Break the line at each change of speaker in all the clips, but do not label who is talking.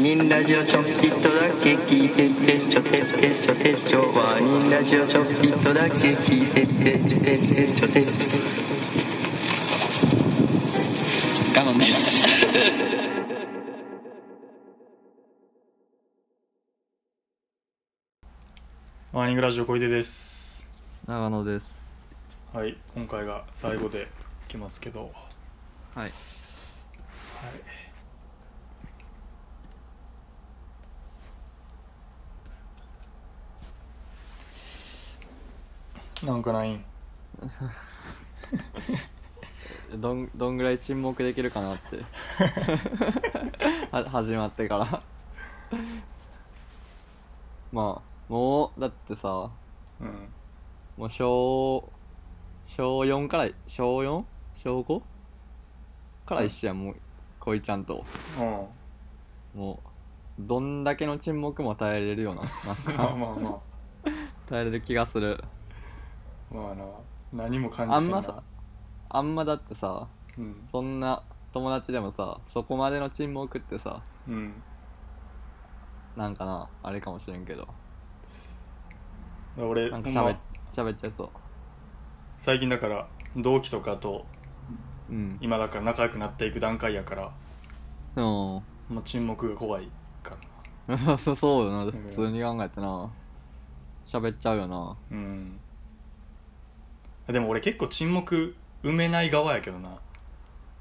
ニンラジオちょっぴっとだけ聞いてってちょてってちょてちょワニンラジオちょっぴっとだけ聞いてってちょてってちょて
我慢です。
ワーニングラジオ小出です
長野です
はい今回が最後で来ますけど
はい
なんかないん
どんどんぐらい沈黙できるかなっては始まってからまあもうだってさ
うん
もう小小4から小 4? 小 5? から一緒やんもう恋ちゃんと
うん
もうどんだけの沈黙も耐えれるようななん
まあ
か
まあま
耐えれる気がする
あまあな何も感じ
あ
へ
ん
んな
まさあんまだってさ
うん
そんな友達でもさそこまでの沈黙ってさ
うん
なんかなあれかもしれんけど
俺
なんか
ほん
喋
ま
喋っちゃいそう
最近だから同期とかと
うん
今だから仲良くなっていく段階やから、
うん
まあ、沈黙が怖いからな
そ そうよな普通に考えてな喋っちゃうよな
うんでも俺結構沈黙埋めない側やけどな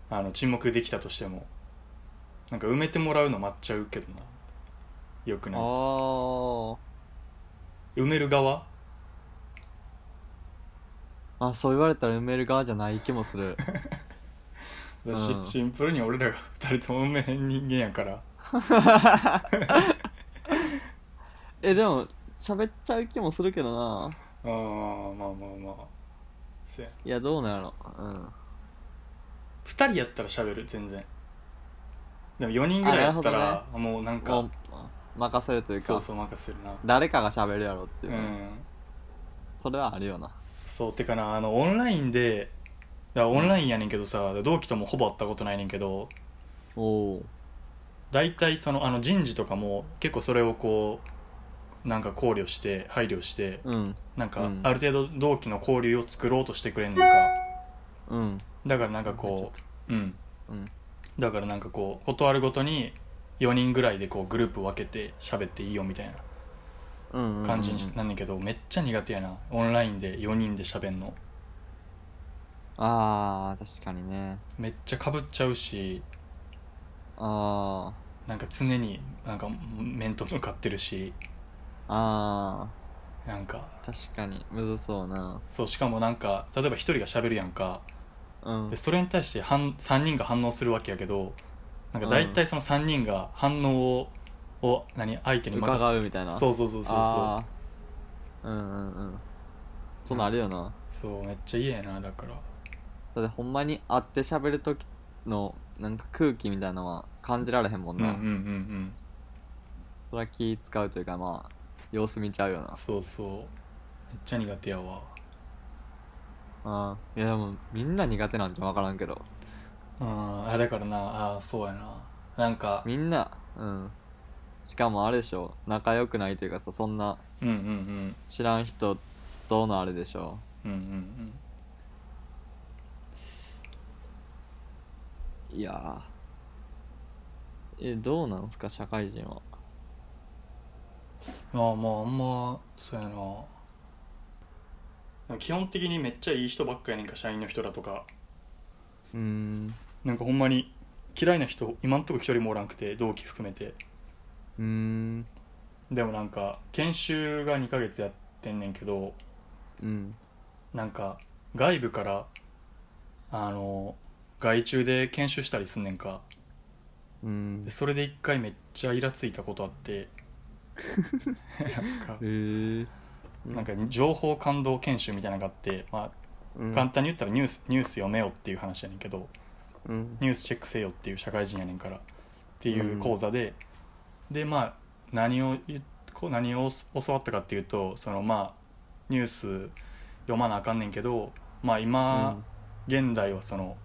あの沈黙できたとしてもなんか埋めてもらうの待っちゃうけどなよく
あ
な
ー
い埋める側
あそう言われたら埋める側じゃない気も する
だし、
うん
シンプルに俺らが 2人とも埋めへん人間やから
えでも喋っちゃう気もするけどな
あーまあまあまあせや
いやどうなんやろうん
2人やったら喋る全然でも4人ぐらいやった
あなる
ら、もうなん
もう
か
任せるというか
そうそう任せるな
誰かが喋るやろっていうう、
ん
それはあるよな
そうてかなあのオンラインでだからオンラインやねんけどさ、同期ともほぼ会ったことないねんけど
おお
大体そのあの人事とかも結構それをこうなんか考慮して配慮して
うん
なんか
うん
ある程度同期の交流を作ろうとしてくれんのか
うん
だからなんか
ちょ
こ
っと
ううん、
うん
だからなんかこう断るごとに4人ぐらいでこうグループ分けて喋っていいよみたいな
うんうんうん
感じにしなんねんけど、めっちゃ苦手やなオンラインで4人で喋んの
あー確かにね
めっちゃかぶっちゃうし
あー
なんか常になんか面と向かってるし
あ
なんか
ー確かにむずそうな
そうしかもなんか例えば一人が喋るやんか
うん
でそれに対して反3人が反応するわけやけどなんか大体その3人が反応を,、を何相手に任せ
伺うみたいな
そううそうそうそうそ
あーうんうんうんそんなんあるよな
うそうめっちゃ嫌やなだから
だってほんまに会って喋る時のなんか空気みたいなのは感じられへんもん
うんう
な、
んうんうん
それは気使うというかまあ様子見ちゃうよな
そうそうめっちゃ苦手やわ
あーいやでもみんな苦手なんじゃ分からんけど
うんあだからなあそうやななんか
みんなうんしかもあれでしょ仲良くないというかさそんな
うんうんうん
知らん人とのあれでしょ
うんうんうん
いやーえどうなんすか社会人は
まあまああんまそうやなでも基本的にめっちゃいい人ばっかやねんか社員の人らとか
うーん
なんかほんまに嫌いな人今んとこ一人もおらんくて同期含めて
うーん
でもなんか研修が2ヶ月やってんねんけど
うん
なんか外部からあの外注で研修したりすんねんか
うん
でそれで一回めっちゃイラついたことあってなんか
へえ
なんか情報感動研修みたいなのがあって、ま
う
あ、
ん
簡単に言ったらニュースニュース読めよっていう話やねんけど
うん
ニュースチェックせよっていう社会人やねんからっていう講座で、でまあ何を言っこう何を教わったかっていうとそのまあニュース読まなあかんねんけどまあ今、現代はその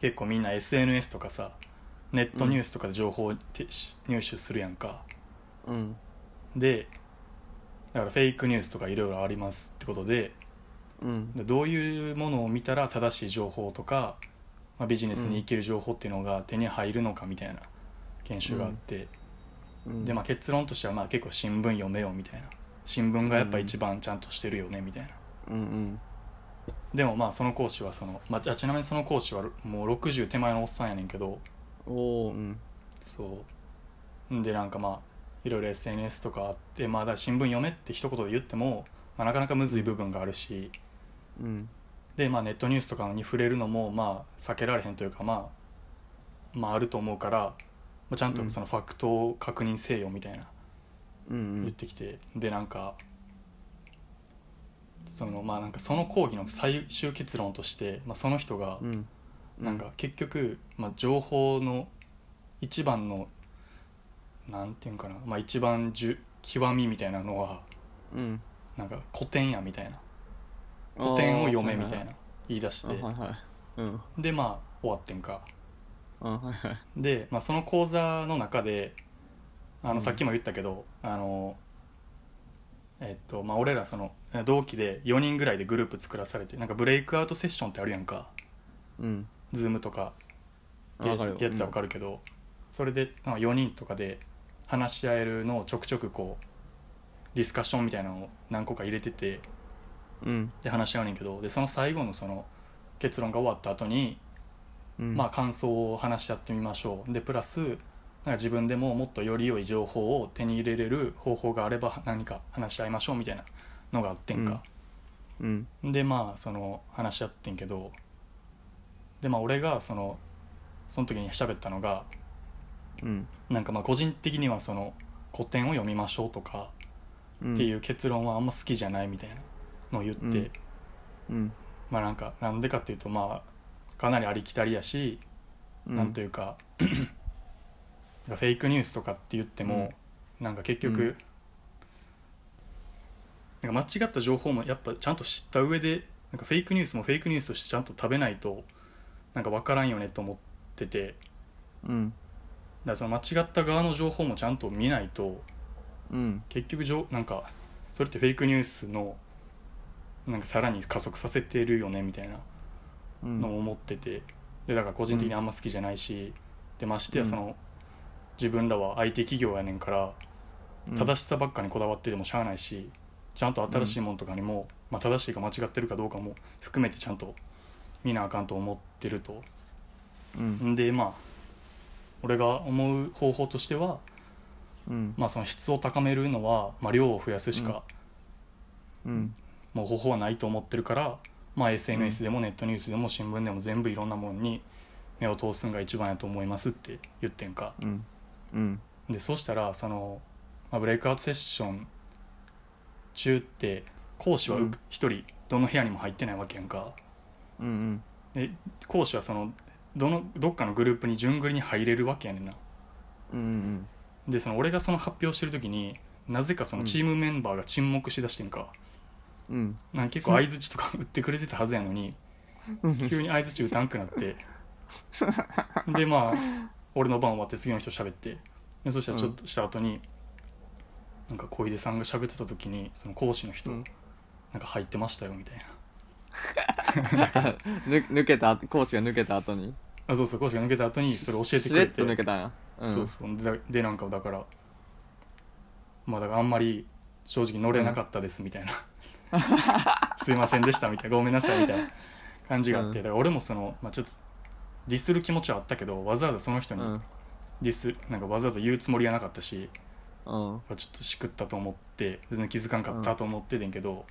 結構みんな SNS とかさネットニュースとかで情報をてし入手するやんか
うん
でだからフェイクニュースとかいろいろありますってことで
うん
でどういうものを見たら正しい情報とか、まあ、ビジネスに生きる情報っていうのが手に入るのかみたいな研修があって、
うん
でまあ、結論としてはまあ結構新聞読めよみたいな新聞がやっぱ一番ちゃんとしてるよねみたいな、
うん
でもまあその講師はその、まあ、あちなみにその講師はもう60手前のおっさんやねんけど
うんおおうん
そうんでなんかまあいろいろ SNS とかあってまあだから新聞読めって一言で言っても、まあ、なかなかむずい部分があるし
うん
で、まあ、ネットニュースとかに触れるのもまあ避けられへんというか、まあ、まああると思うから、まあ、ちゃんとそのファクトを確認せよみたいな
うんう
言っ
ん
てきて、でなんかそのまあなんかその講義の最終結論として、まあ、その人が
うん
なんか結局、まあ、情報の一番のなんていうんかな、まあ、一番じゅ極みみたいなのは
うん
なんか古典やみたいな古典を読めみたいな言い出して
あはいはいうん
でまあ終わってんか
あはいはい
で、まあ、その講座の中であ
うん
のさっきも言ったけど、あのえっとまあ俺らその同期で4人ぐらいでグループ作らされてなんかブレイクアウトセッションってあるやんか
うん
ズームとか
あ
や
わ
っ
か
て
る
やってたら分か
る
るけど、それでなんか4人とかで話し合えるのをちょくちょくこうディスカッションみたいなのを何個か入れてて
うん
で話し合うねんけどでその最後のその結論が終わった後に、
うん
まあ感想を話し合ってみましょうでプラスなんか自分でももっとより良い情報を手に入れれる方法があれば何か話し合いましょうみたいなのがあってんか、
うん
でまあその話し合ってんけどでまあ俺がそのその時に喋ったのが
うん
なんかまあ個人的にはその古典を読みましょうとか
うん
っていう結論はあんま好きじゃないみたいなのを言って、
うんうん
まあなんかなんでかっていうとまあかなりありきたりやし、
うん
なんというか なんかフェイクニュースとかって言っても、なんか結局、
うん
なんか間違った情報もやっぱちゃんと知った上でなんかフェイクニュースもフェイクニュースとしてちゃんと食べないとなんか分からんよねと思っててだか
うん
らその間違った側の情報もちゃんと見ないと
うん
結局じょなんかそれってフェイクニュースのなんかさらに加速させてるよねみたいな
うん
のを思ってて、でだから個人的にあんま好きじゃないし、でましてやその、自分らは IT 企業やねんから正しさばっかにこだわってでもしゃあないしちゃんと新しいものとかにも、まあ、正しいか間違ってるかどうかも含めてちゃんと見なあかんと思ってると
うん
んでまあ俺が思う方法としては、
うん
まあ、その質を高めるのは、まあ、量を増やすしか、
うんうん
もう方法はないと思ってるから、まあ、SNS でもネットニュースでも新聞でも全部いろんなものに目を通すんが一番やと思いますって言ってんか
うんうん
でそうしたらその、まあ、ブレイクアウトセッション中って講師は
うん
一人どの部屋にも入ってないわけやんか
うん
で講師はそのどのどっかのグループに順繰りに入れるわけやねんな
うんうん
でその俺がその発表してる時になぜかそのチームメンバーが沈黙しだしてんか,、
うん
なんか結構相づちとか打ってくれてたはずやのに急に相づち打たんくなって でまあ俺の番終わって次の人喋ってでそしたらちょっとした後に、なんか小出さんが喋ってた時にその講師の人、
うん
なんか入ってましたよみたいな
ぬ抜けたコースが抜けた後に
あそうそう講師が抜けた後にそれ教えて
し
く
れ
れ
ってと抜けたんやうん
そうそうでだでなんかだからまあだからあんまり正直乗れなかったですみたいな、 すいませんでしたみたいなごめんなさいみたいな感じがあって、
うん
だから俺もその、まあ、ちょっとディスる気持ちはあったけどわざわざその人
う
に
ん
ディスなんかわざわざ言うつもりはなかったし
うん
あちょっとしくったと思って全然気づかんかったと思っててんけど、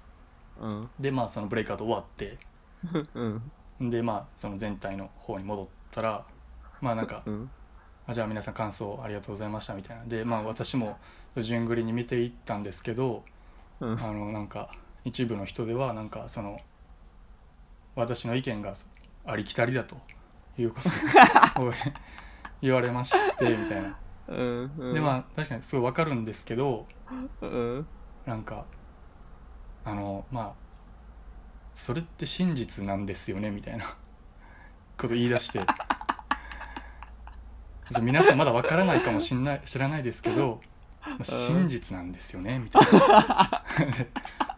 うん
でまあそのブレイクアウト終わって
うん
でまあその全体の方に戻ったらまあなんか
うん
あじゃあ皆さん感想ありがとうございましたみたいなでまあ私も順繰りに見ていったんですけど
うん
あのなんか一部の人ではなんかその私の意見がありきたりだということ を言われましてみたいな
うん
でまあ確かにすごいわかるんですけど
うん
なんかあのまあそれって真 実なんですよねみたいなこと言い出してそう皆さんまだわからないかもしんない知らないですけど、まあ真実なんですよねみたいな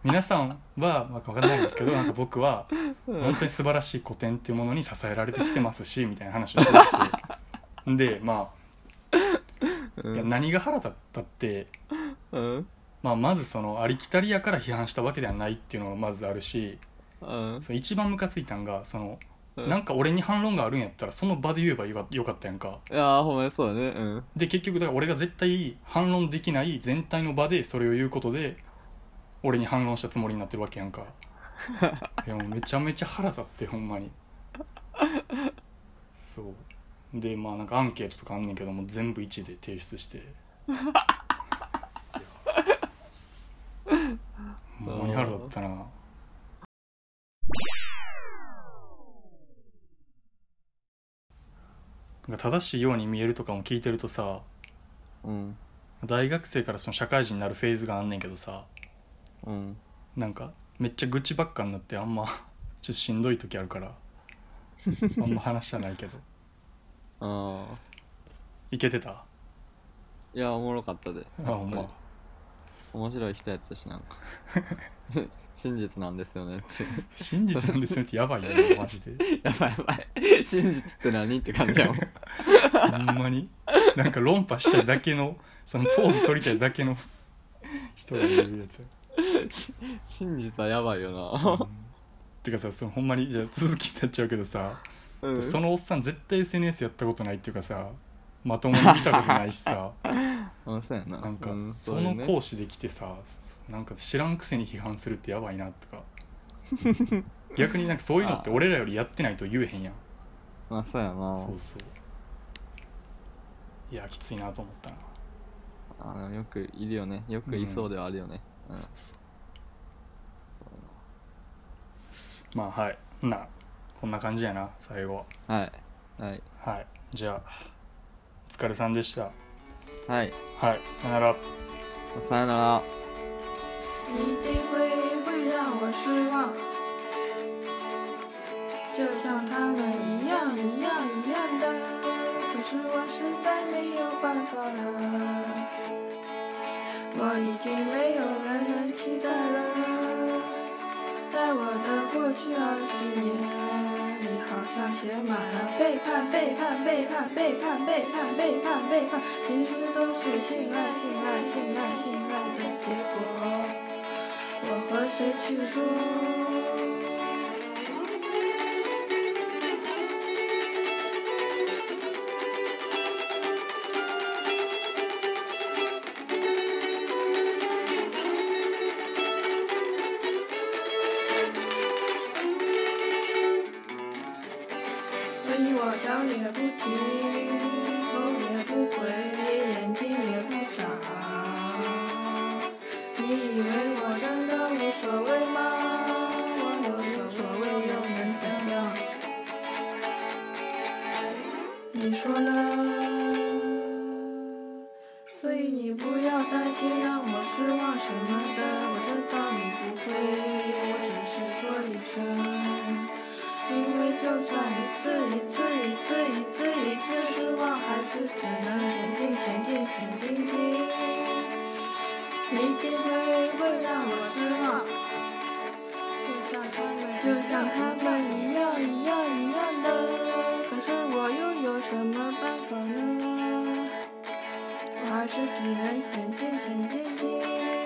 皆さんはまあわからないですけどなんか僕は本当に素晴らしい古典っていうものに支えられてきてますしみたいな話をしましてでまあいや何が腹立ったって、
うん
まあ、まずそのありきたりやから批判したわけではないっていうのがまずあるし
うん
その一番ムカついたんがその
うん
なんか俺に反論があるんやったらその場で言えばよかよかったやんか
いやーほんまにそうだねうん
で結局だから俺が絶対反論できない全体の場でそれを言うことで俺に反論したつもりになってるわけやんかいやもうめちゃめちゃ腹立ってほんまにそうでまあなんかアンケートとかあんねんけども全部1で提出していやほんまに腹立ったななんか正しいように見えるとかも聞いてるとさ
うん
大学生からその社会人になるフェーズがあんねんけどさ
うん
なんかめっちゃ愚痴ばっかになってあんま ちょっとしんどい時ある からあんま話したないけど
ああ
いけてた
いやおもろかったで
あほんま
面白い人やった しなんか真実なんですよねって
真実なんですよってやばいよねマジで
やばいやばい真実って何って感 じやもん
ほんまになんか論破したいだけのそのポーズ取りたいだけの人がいるやつ
真実はやばい
うん
よ
てかさそのほんまにじゃあ続きになっちゃうけどさ、
な、うん、
そのおっさん絶対 SNS やったことないっていうかさまともに見たことないしさ
あそうやな
なんか
うん
そう
い
の
うね
講師で来てさなんか知らんくせに批判するってやばいなと か逆になんかそういうのって
あー
俺らよりやってないと言えへんやん
まあそうやな
そうそういやきついなと思ったな
あのよくいるよねよくいそうではあるよね、うん
そうそうまあはいほんなこんな感じやな最後
はいはい
はいじゃあお疲れさんでした
はい
はいさよなら
さよなら
你一定会会让我失望，就像他们一样一样一样的，可是我实在没有办法了，我已经没有人能期待了，在我的过去二十年。里，好像写满了背叛，背叛，背叛，背叛，背叛，背叛，背叛，其实都是信赖，信赖，信赖，信赖的结果。我和谁去说？所以我找也不停，头也不回，眼睛也不眨。你以为我真的无所谓吗？我无所谓又能怎样？你说呢？所以你不要担心让我失望什么的，我知道你不会，我只是说一声，因为就算一次一次一次一次一次失望，还是只能前进前进前进进，你一定会会让我失望。就像他们一样一样一样的，可是我又有什么办法呢？我还是只能前进前进进。